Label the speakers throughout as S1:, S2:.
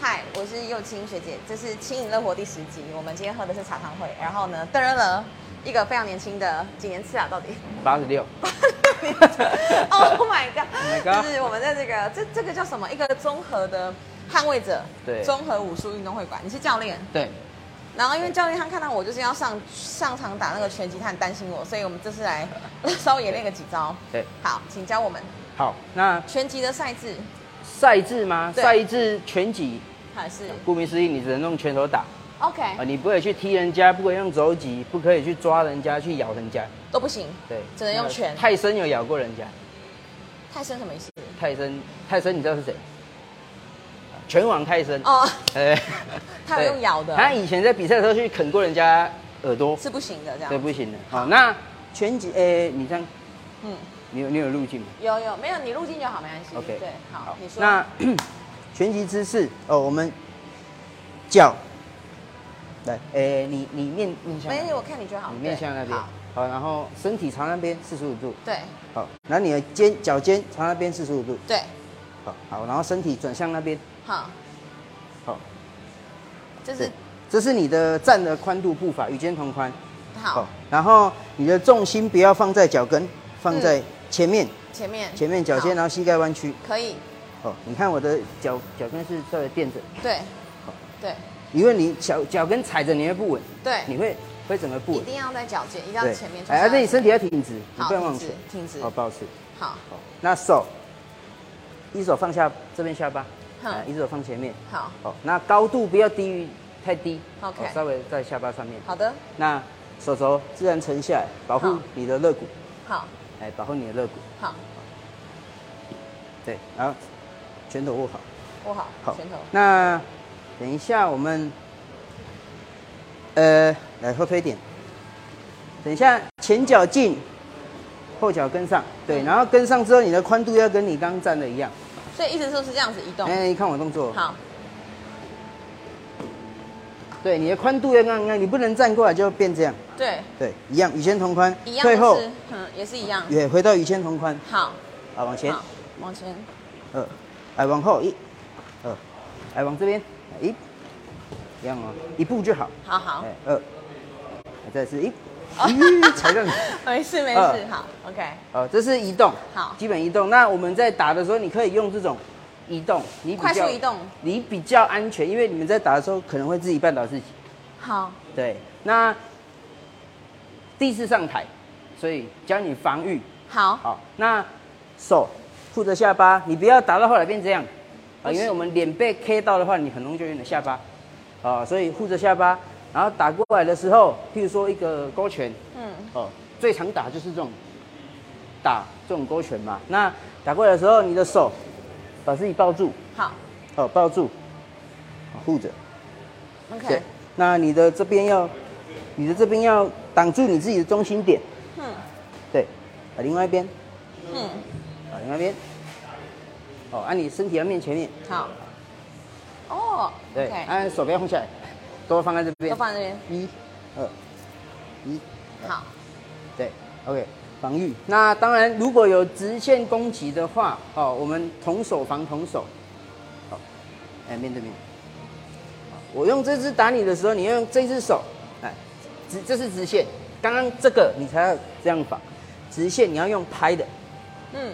S1: 嗨，我是右青学姐，这是《轻盈乐活》第十集。我们今天喝的是茶汤会，然后呢，登人了一个非常年轻的，几年次啊？ 到底
S2: 八十六，
S1: ？Oh my god！
S2: my god
S1: 就是我们在这个这这个叫什么？一个综合的捍卫者，
S2: 对
S1: 综合武术运动会馆。你是教练，
S2: 对，
S1: 然后因为教练他看到我就是要上上场打那个拳击，他很担心我，所以我们这次来 稍微演练个几招。
S2: 对，
S1: 好，请教我们
S2: 好，那
S1: 拳击的赛制
S2: 赛制吗？
S1: 对
S2: 赛制拳击，
S1: 还是
S2: 顾名思义，你只能用拳头打啊、
S1: OK
S2: 你不可以去踢人家，不可以用肘击，不可以去抓人家，去咬人家，
S1: 都不行？
S2: 对，
S1: 只能用拳
S2: 那泰森有咬过人家，
S1: 泰森什么意思？
S2: 泰森，泰森你知道是谁？拳王泰森，
S1: 哦，
S2: 哎、
S1: 他有用咬的
S2: 对他以前在比赛的时候去啃过人家耳朵，
S1: 是不啊行的这
S2: 对，
S1: 样。
S2: 不行的。好，那拳击，哎，你这样，
S1: 嗯，
S2: 你有你有路径吗？
S1: 有有没有你入境就好，没关系。
S2: OK，
S1: 对，好，你说。
S2: 那 拳击姿势哦，我们脚来，诶、你你面面向
S1: 没关
S2: 哪
S1: 系，
S2: 边，
S1: 我看你就好。
S2: 你
S1: 对
S2: 面向那边
S1: 好，
S2: 好，然后身体朝那边四十五度，
S1: 对
S2: 好，然后你的肩脚尖朝那边四十五度，
S1: 对，
S2: 好好，然后身体转向那边，
S1: 好，
S2: 好，
S1: 这
S2: 对
S1: 是，
S2: 这是你的站的宽度步伐，与肩同宽，
S1: 好，
S2: 然后你的重心不要放在脚跟，放在前面，
S1: 前面
S2: 前面脚
S1: 嗯
S2: 尖，然
S1: 哎好
S2: 后膝盖弯曲，
S1: 可以，
S2: 哦，你看我的脚脚跟是稍微垫着。
S1: 对
S2: 好
S1: 对
S2: 因为你脚脚跟踩着你会不稳，你
S1: 对，
S2: 会会整个不
S1: 一
S2: 稳。
S1: 定要在脚尖，一定要前面。
S2: 哎，而且你身体要挺直，你
S1: 好
S2: 不要往
S1: 挺
S2: 前
S1: 直，，挺直
S2: 好，保持。
S1: 好，
S2: 好，那手，一手放下这边下巴，
S1: 哼
S2: 哎一手放前面。
S1: 好，
S2: 好，那高度不要低于太低
S1: OK
S2: 哦稍微在下巴上面。
S1: 好的，
S2: 那手肘自然沉下来，保护
S1: 好
S2: 你的肋骨，
S1: 好
S2: 哎，保护你的肋骨。
S1: 好，
S2: 对，然后拳头握好。
S1: 握好
S2: 好
S1: 拳头，，
S2: 那等一下我们，呃，来后推一点。等一下前脚进，后脚跟上，对，
S1: 嗯
S2: 然后跟上之后，你的宽度要跟你刚刚站的一样。
S1: 所以一直都是这样子移动。
S2: 哎、你看我动作，
S1: 好，
S2: 对，你的宽度要刚刚，你不能站过来就变这样，
S1: 对，
S2: 对，一样，与肩同宽，
S1: 一样
S2: 退
S1: 都
S2: 后，
S1: 是，嗯，也是一样。
S2: 也回到与肩同宽，
S1: 好，
S2: 啊，往前
S1: 好，，往前，
S2: 二，哎，往后一，二，哎，往这边，一，一样哦，一步就好。
S1: 好好，哦
S2: 哎，二，再是一，咦，才 让你。
S1: 没事没事，
S2: 二
S1: 好，OK，
S2: 呃，这是移动，
S1: 好
S2: 基本移动。那我们在打的时候，你可以用这种移动，你比较
S1: 快速移动，
S2: 你比较安全，因为你们在打的时候可能会自己绊倒自己。
S1: 好，
S2: 对，那第四上台，所以教你防御。
S1: 好。
S2: 好，那手护着下巴，你不要打到后来变这样，啊、
S1: 不
S2: 因
S1: 行
S2: 为我们脸被 K 到的话，你很容易就有点下巴，啊、所以护着下巴，然后打过来的时候，譬如说一个勾拳，
S1: 嗯，
S2: 哦，最常打就是这种打这种勾拳嘛。那打过来的时候，你的手把自己抱住，
S1: 好
S2: 哦，抱住，哦护着。对
S1: ，OK，，
S2: 那你的这边要，你的这边要挡住你自己的中心点，
S1: 嗯
S2: 对，啊，另外一边，
S1: 嗯，
S2: 啊，另外一边，哦，按、你身体要面前面，
S1: 好，哦
S2: 对，
S1: ，OK，
S2: 按、手不要放下来，都放在这边
S1: 都，放在这边，
S2: 一，二，一，
S1: 好，
S2: 对，OK，防御。那当然，如果有直线攻击的话，哦，我们同手防同手。好，哎，面对面。好我用这只打你的时候，你要用这只手，哎，直，这是直线。刚刚这个你才要这样防，直线你要用拍的，
S1: 嗯，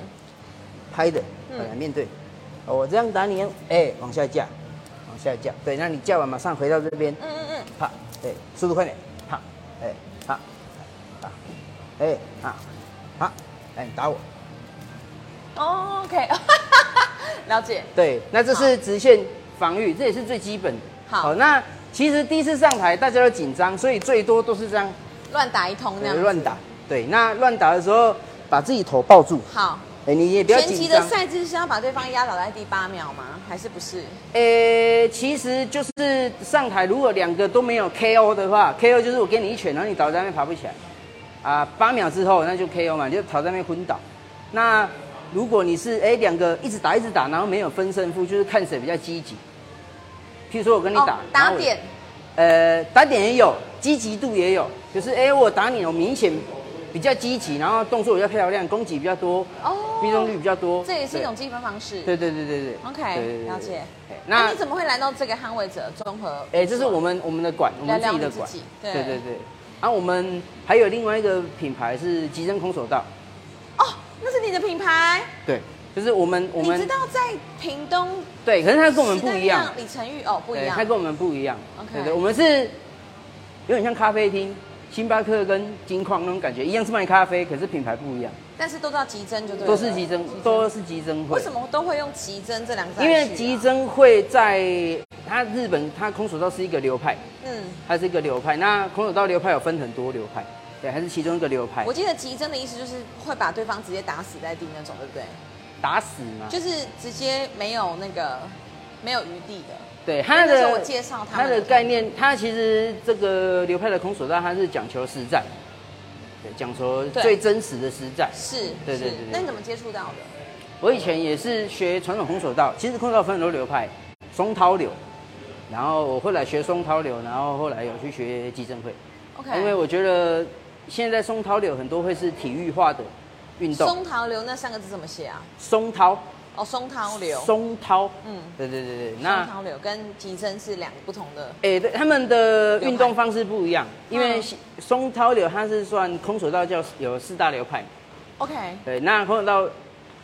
S2: 拍的，
S1: 嗯
S2: 来面对。哦我这样打你，哎，往下架，往下架。对，那你架完马上回到这边，
S1: 嗯嗯
S2: 啪，哎，速度快点，啪，哎，啪，啪，哎，啪，啪，哎，你打我。
S1: 嗯哦，OK，了解，
S2: 对，那这是直线防御，这也是最基本的。
S1: 好
S2: 那其实第一次上台大家都紧张，所以最多都是这样
S1: 乱打一通那
S2: 呃
S1: 样，
S2: 乱打。对，那乱打的时候把自己头抱住，
S1: 好，
S2: 哎，你也不要
S1: 拳
S2: 紧
S1: 击的
S2: 张。
S1: 赛制是要把对方压倒在第八秒吗？还是不是？
S2: 呃，其实就是上台，如果两个都没有 KO 的话，KO 就是我给你一拳，然后你倒在那边爬不起来，啊，八秒之后那就 KO 嘛，你就倒在那边昏倒。那如果你是哎两个一直打一直打，然后没有分胜负，就是看谁比较积极。譬如说我跟你打，然
S1: 哦打
S2: 后我
S1: 点，
S2: 呃，打点也有，积极度也有，就是哎、我打你，我明显比较积极，然后动作比较漂亮，攻击比较多，
S1: 哦
S2: 命中率比较多，
S1: 这也是一种
S2: 对。
S1: 积分方式。
S2: 对对对对对。
S1: OK，
S2: 对对对
S1: 了解
S2: 对
S1: 那、
S2: 那
S1: 你怎么会来到这个捍卫者综合？
S2: 哎，这是我们我们的馆，我们自己的
S1: 聊聊
S2: 馆
S1: 你自己。对
S2: 对对对。然后我们还有另外一个品牌是极真空手道，
S1: 哦，那是你的品牌，
S2: 对，就是我们我
S1: 你知
S2: 们
S1: 道在屏东，
S2: 对，可是它跟我们不一样，，
S1: 李晨玉哦不一
S2: 对，
S1: 样
S2: 它，跟我们不一样。
S1: OK
S2: 对对，我们是有点像咖啡厅，星巴克跟金矿那种感觉，一样是卖咖啡，可是品牌不一样，
S1: 但是都叫极真就对了，嗯
S2: 都是集珍，都是集珍
S1: 为
S2: 会。
S1: 什么都会用极真这两个字来
S2: 因
S1: 取啊？
S2: 为集珍会在它日本，它空手道是一个流派，
S1: 嗯，
S2: 它是一个流派。那空手道流派有分很多流派，对，还是其中一个流派
S1: 我。记得极真的意思就是会把对方直接打死在地那种，对不对？
S2: 啊打死嘛，
S1: 就是直接没有那个没有余地的。
S2: 对它
S1: 那时候
S2: 的
S1: 我介绍他
S2: 它
S1: 们的
S2: 的概念，它其实这个流派的空手道，它是讲求实战，对，讲求
S1: 对
S2: 最真实的实战。
S1: 是，
S2: 对对
S1: 是
S2: 对对
S1: 那你怎么接触到的？
S2: 我以前也是学传统空手道，其实空手道分很多流派，松涛流，然后我后来学松涛流，然后后来有去学击正会，
S1: OK，
S2: 因为我觉得现在松涛流很多会是体育化的运动，
S1: 松桃流那三个字怎么写啊？
S2: 松涛，
S1: 哦，松桃流，
S2: 松涛，
S1: 嗯，
S2: 对对对对，那
S1: 松桃流跟极真是两个不同的。
S2: 诶、对，他们的
S1: 流派
S2: 运动方式不一样，因为
S1: 嗯
S2: 松涛流它是算空手道叫有四大流派，
S1: OK，
S2: 对，那空手道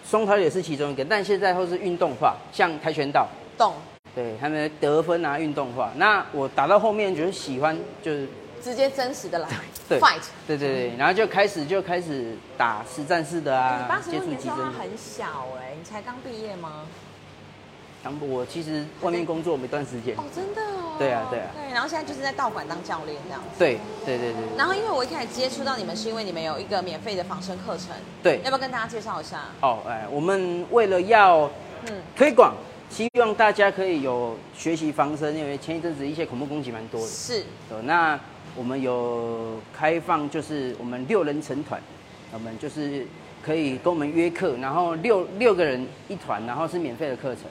S2: 松涛流是其中一个，但现在后是运动化，像跆拳道。
S1: 懂，
S2: 对他们的得分啊，运动化。那我打到后面就是喜欢，就是
S1: 直接真实的来
S2: 对
S1: fight。嗯
S2: 对对对，然后就开始就开始打实战式的
S1: 哎你
S2: 啊
S1: 八，十
S2: 接
S1: 六
S2: 触
S1: 年
S2: 击
S1: 时候
S2: 针
S1: 他。很小哎、你才刚毕业吗？
S2: 当我其实外面工作没段时间
S1: 哦，，真的哦。
S2: 对啊对啊
S1: 对，然后现在就是在道馆当教练这样子。
S2: 对对对对
S1: 然后，因为我一开始接触到你们，是因为你们有一个免费的仿生课程，
S2: 对
S1: 要不要跟大家介绍一下？
S2: 哦哎，我们为了要
S1: 嗯，
S2: 推广，希望大家可以有学习防身，因为前一阵子一些恐怖攻击蛮多的。
S1: 是
S2: 对，那我们有开放，就是我们六人成团，我们就是可以跟我们约课，然后六六个人一团，然后是免费的课程。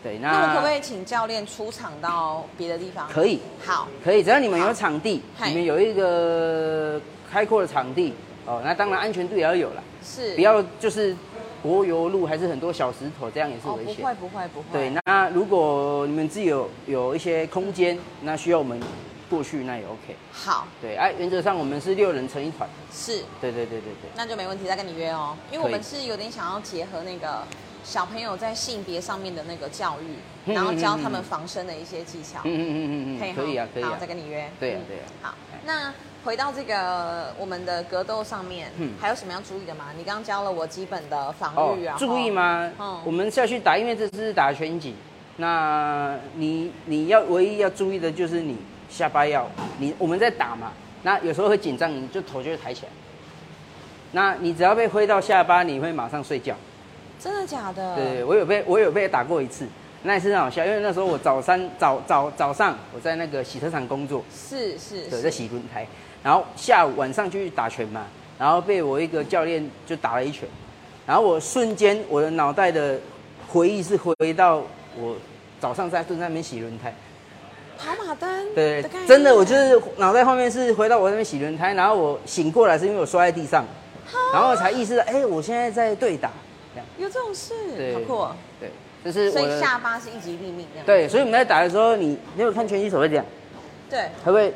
S2: 对，那
S1: 那我可不可以请教练出场到别的地方？
S2: 啊可以，
S1: 好，
S2: 可以，只要你们
S1: 好
S2: 有场地，
S1: 嗨
S2: 你们有一个开阔的场地哦，那当然安全度也要有啦，
S1: 是
S2: 不要就是柏油路还是很多小石头，这样也是
S1: 哦，
S2: 危
S1: 不
S2: 险。
S1: 会不会不会。
S2: 对，那如果你们自己有有一些空间，那需要我们过去，那也 OK。
S1: 好
S2: 对，哎、原则上我们是六人成一团。
S1: 是，
S2: 对对对对对，
S1: 那就没问题，再跟你约哦。因为我们
S2: 可
S1: 是有点想要结合那个小朋友在性别上面的那个教育，
S2: 嗯
S1: 然后教他
S2: 嗯
S1: 们
S2: 嗯
S1: 防身的一些技巧。
S2: 嗯嗯嗯嗯嗯，
S1: 哈
S2: 可以啊，可以
S1: 好
S2: 啊
S1: 再，跟你约。
S2: 对啊
S1: 嗯
S2: 对啊
S1: 好，那回到这个我们的格斗上面，
S2: 嗯
S1: 还有什么要注意的吗？你刚刚教了我基本的防御啊，然后
S2: 哦注意？吗？
S1: 嗯
S2: 我们下去打，因为这次是打拳击，那你你要唯一要注意的就是你下巴要你我们在打嘛，那有时候会紧张，你就头就会抬起来。那你只要被挥到下巴，你会马上睡觉。
S1: 真的假的？
S2: 对，我有被我有被打过一次，那一次很好笑，因为那时候我早上早早早上我在那个洗车场工作，
S1: 是是
S2: 对，
S1: 是
S2: 在洗轮胎，然后下午晚上去打拳嘛，然后被我一个教练就打了一拳，然后我瞬间我的脑袋的回忆是回到我早上在蹲在那边洗轮胎，
S1: 跑马灯
S2: 对
S1: 概，念啊
S2: 真的我就是脑袋画面是回到我那边洗轮胎，然后我醒过来是因为我摔在地上，然后才意识到，哎，我现在在对打，这样，
S1: 有这种事，
S2: 对，
S1: 好酷哦。
S2: 对，这是
S1: 所
S2: 我
S1: 以
S2: 的。
S1: 下巴是一级立命这样。
S2: 对，所以我们在打的时候，你你有看拳击手会这样，
S1: 对，
S2: 他会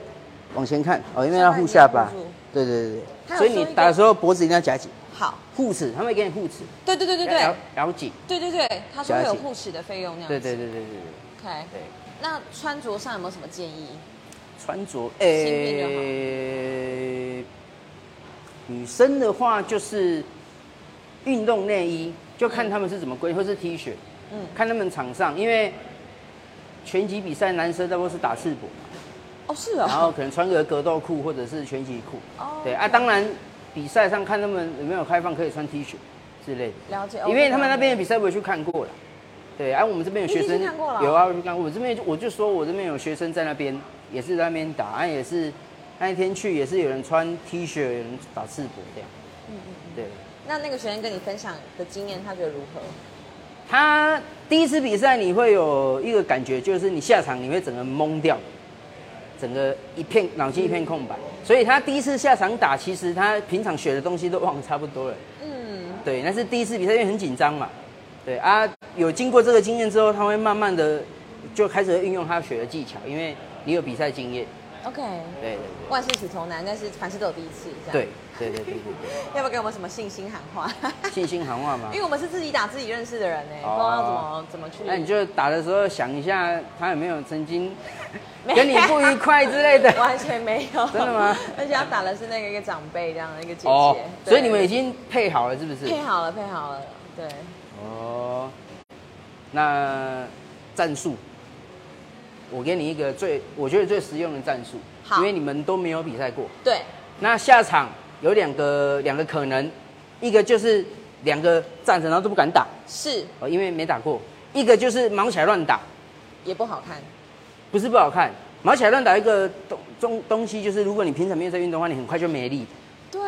S2: 往前看哦，因为要护下巴
S1: 下巴一定要护住。
S2: 对对对
S1: 他
S2: 对，
S1: 有
S2: 所以
S1: 说一
S2: 你
S1: 个
S2: 打的时候脖子一定要夹紧，
S1: 好，
S2: 护齿，他们会给你护齿，
S1: 对对对对
S2: 咬
S1: 对
S2: 咬紧。
S1: 对对对，他说会有
S2: 夹紧
S1: 护齿的费用那样
S2: 对
S1: 子。
S2: 对对对对对
S1: OK，
S2: 对，
S1: 那穿着上有没有什么建议？
S2: 穿着呃
S1: 便就好
S2: 诶、女生的话就是运动内衣，就看他们是怎么规，或是 T 恤，
S1: 嗯
S2: 看他们场上，因为拳击比赛男生大部分是打赤膊嘛。
S1: 哦，是
S2: 然
S1: 哦，
S2: 后可能穿个格斗裤或者是拳击裤。
S1: 哦
S2: 对啊，当然比赛上看他们有没有开放可以穿 T 恤之类的，
S1: 了解。
S2: 因为他们那边的
S1: 哦
S2: 比赛我也去看过了。对，啊，我们这边有学
S1: 你已
S2: 生
S1: 经看过了
S2: 有啊，我去看过。我这边就我就说我这边有学生在那边也是在那边打，啊也是那一天去也是有人穿 T 恤，有人打赤膊这样。嗯嗯。对，
S1: 那那个学生跟你分享的经验，他觉得如何？
S2: 他第一次比赛你会有一个感觉，就是你下场你会整个懵掉，整个一片脑筋一片空白，
S1: 嗯
S2: 所以他第一次下场打，其实他平常学的东西都忘得差不多了。
S1: 嗯，
S2: 对，那是第一次比赛，因为很紧张嘛。对啊，有经过这个经验之后，他会慢慢的就开始运用他学的技巧，因为你有比赛经验。
S1: ，OK，
S2: 对
S1: 万事起头难，但是凡事都有第一次，这样。
S2: 对对对对对对对
S1: 要不要给我们什么信心喊话？
S2: 对，信心喊话嘛
S1: 因。为我们是自己打自己认识的人呢、欸
S2: 哦哎
S1: 不知道怎么怎么去。
S2: 那你就打的时候想一下，他有没有曾经
S1: 没
S2: 跟你不愉快 之类的。
S1: 完全没有，
S2: 真的吗？
S1: 而且他打的是那个一个长辈这样的一个姐姐，
S2: 哦，
S1: 对
S2: 所以你们已经配好了是不是？
S1: 配好了，配好了，对，
S2: 哦，那战术，我给你一个最我觉得最实用的战术，
S1: 好
S2: 因为你们都没有比赛过。
S1: 对，
S2: 那下场有两个两个可能，一个就是两个站着然后都不敢打
S1: 是
S2: 哦，因为没打过；一个就是忙起来乱打，
S1: 也不好看，
S2: 不是不好看，忙起来乱打一个东东东西就是，如果你平常没有在运动的话，你很快就没力。
S1: 对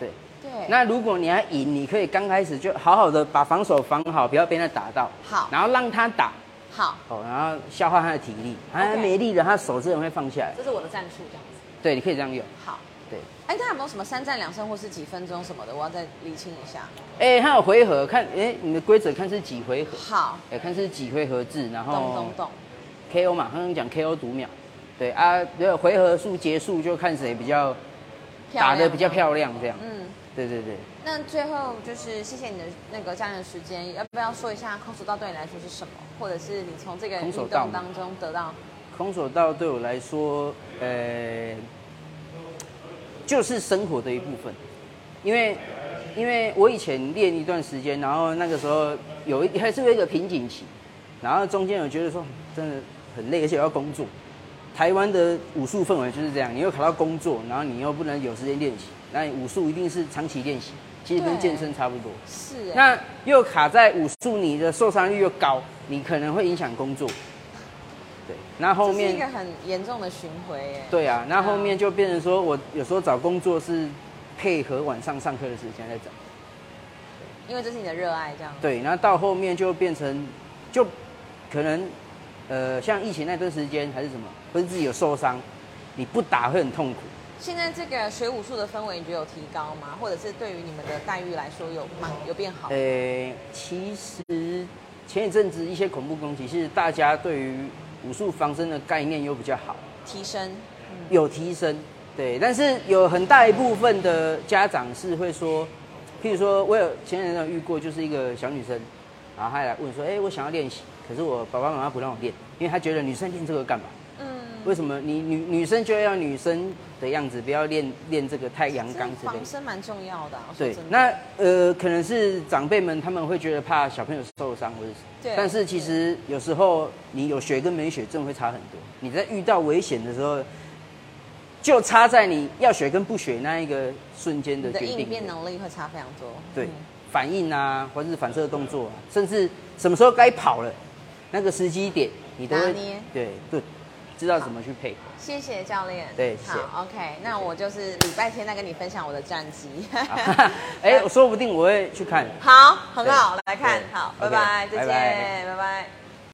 S2: 对，
S1: 对，
S2: 那如果你要赢，你可以刚开始就好好的把防守防好，不要被他打到，
S1: 好
S2: 然后让他打。
S1: 好，
S2: 哦，然后消耗他的体力，他
S1: OK
S2: 没力了，他手自然会放下来。
S1: 这是我的战术这样子，
S2: 对，你可以这样用。
S1: 好。
S2: 对，
S1: 哎，他有没有什么三战两胜或是几分钟什么的？我要再厘清一下。
S2: 哎，他有回合，看，哎，你的规则看是几回合，
S1: 好，
S2: 哎，看是几回合制，然
S1: 懂
S2: 后
S1: 懂懂。
S2: KO 嘛，刚刚讲 KO 读秒，对啊，如果回合数结束就看谁比较打的比较
S1: 亮。
S2: 漂亮，这样。
S1: 嗯，
S2: 对对对，
S1: 那最后就是谢谢你的那个家人的时间，要不要说一下空手道对你来说是什么，或者是你从这个运
S2: 空手
S1: 动
S2: 道吗
S1: 当中得到？
S2: 空手道对我来说，呃，就是生活的一部分，因为因为我以前练一段时间，然后那个时候有一还是有一个瓶颈期，然后中间有觉得说真的很累，而且要工作。台湾的武术氛围就是这样，你又考到工作，然后你又不能有时间练习，那你武术一定是长期练习，其实跟
S1: 对
S2: 健身差不多。
S1: 是哎，
S2: 那又卡在武术，你的受伤率又高，你可能会影响工作。对，那后
S1: 这是一个
S2: 面
S1: 很严重的巡回哎。
S2: 对啊，那后面就变成说我有时候找工作是配合晚上上课的时间在找。
S1: 因为这是你的热爱，这样。
S2: 对，那到后面就变成就可能呃，像疫情那段时间还是什么，或者自己有受伤，你不打会很痛苦。
S1: 现在这个学武术的氛围，你觉得有提高吗？或者是对于你们的待遇来说有蛮有变好？
S2: 呃，其实前一阵子一些恐怖攻击，其实大家对于武术防身的概念又比较好。
S1: 提升？
S2: 有提升，对，但是有很大一部分的家长是会说，譬如说我有前两天有遇过，就是一个小女生，然后她来问说，哎、我想要练习，可是我爸爸妈妈不让我练，因为她觉得女生练这个干嘛？
S1: 嗯，
S2: 为什么你女女生就要女生的样子，不要练练这个太阳
S1: 这
S2: 刚
S1: 个
S2: 之类
S1: 防
S2: 的？
S1: 身蛮重要的啊、我说
S2: 对
S1: 真，的
S2: 那呃，可能是长辈们他们会觉得怕小朋友受伤或者是
S1: 对，
S2: 但是其实有时候你有学跟没学真的会差很多。你在遇到危险的时候，就差在你要学跟不学那一个瞬间的
S1: 你的
S2: 决定
S1: 应变能力会差非常多。
S2: 对
S1: 嗯，
S2: 反应啊，或者是反射动作啊，甚至什么时候该跑了，那个时机点你都
S1: 拿
S2: 会
S1: 捏
S2: 对对，知道怎么去配 合。
S1: 谢谢教练。
S2: 对谢谢
S1: 好，OK，那我就是礼拜天再跟你分享我的战绩。
S2: 哎，说不定我会去看。
S1: 好，很好，来看
S2: 对，
S1: 好，
S2: OK，
S1: 拜拜，再
S2: 拜
S1: 见，
S2: 拜
S1: 拜拜。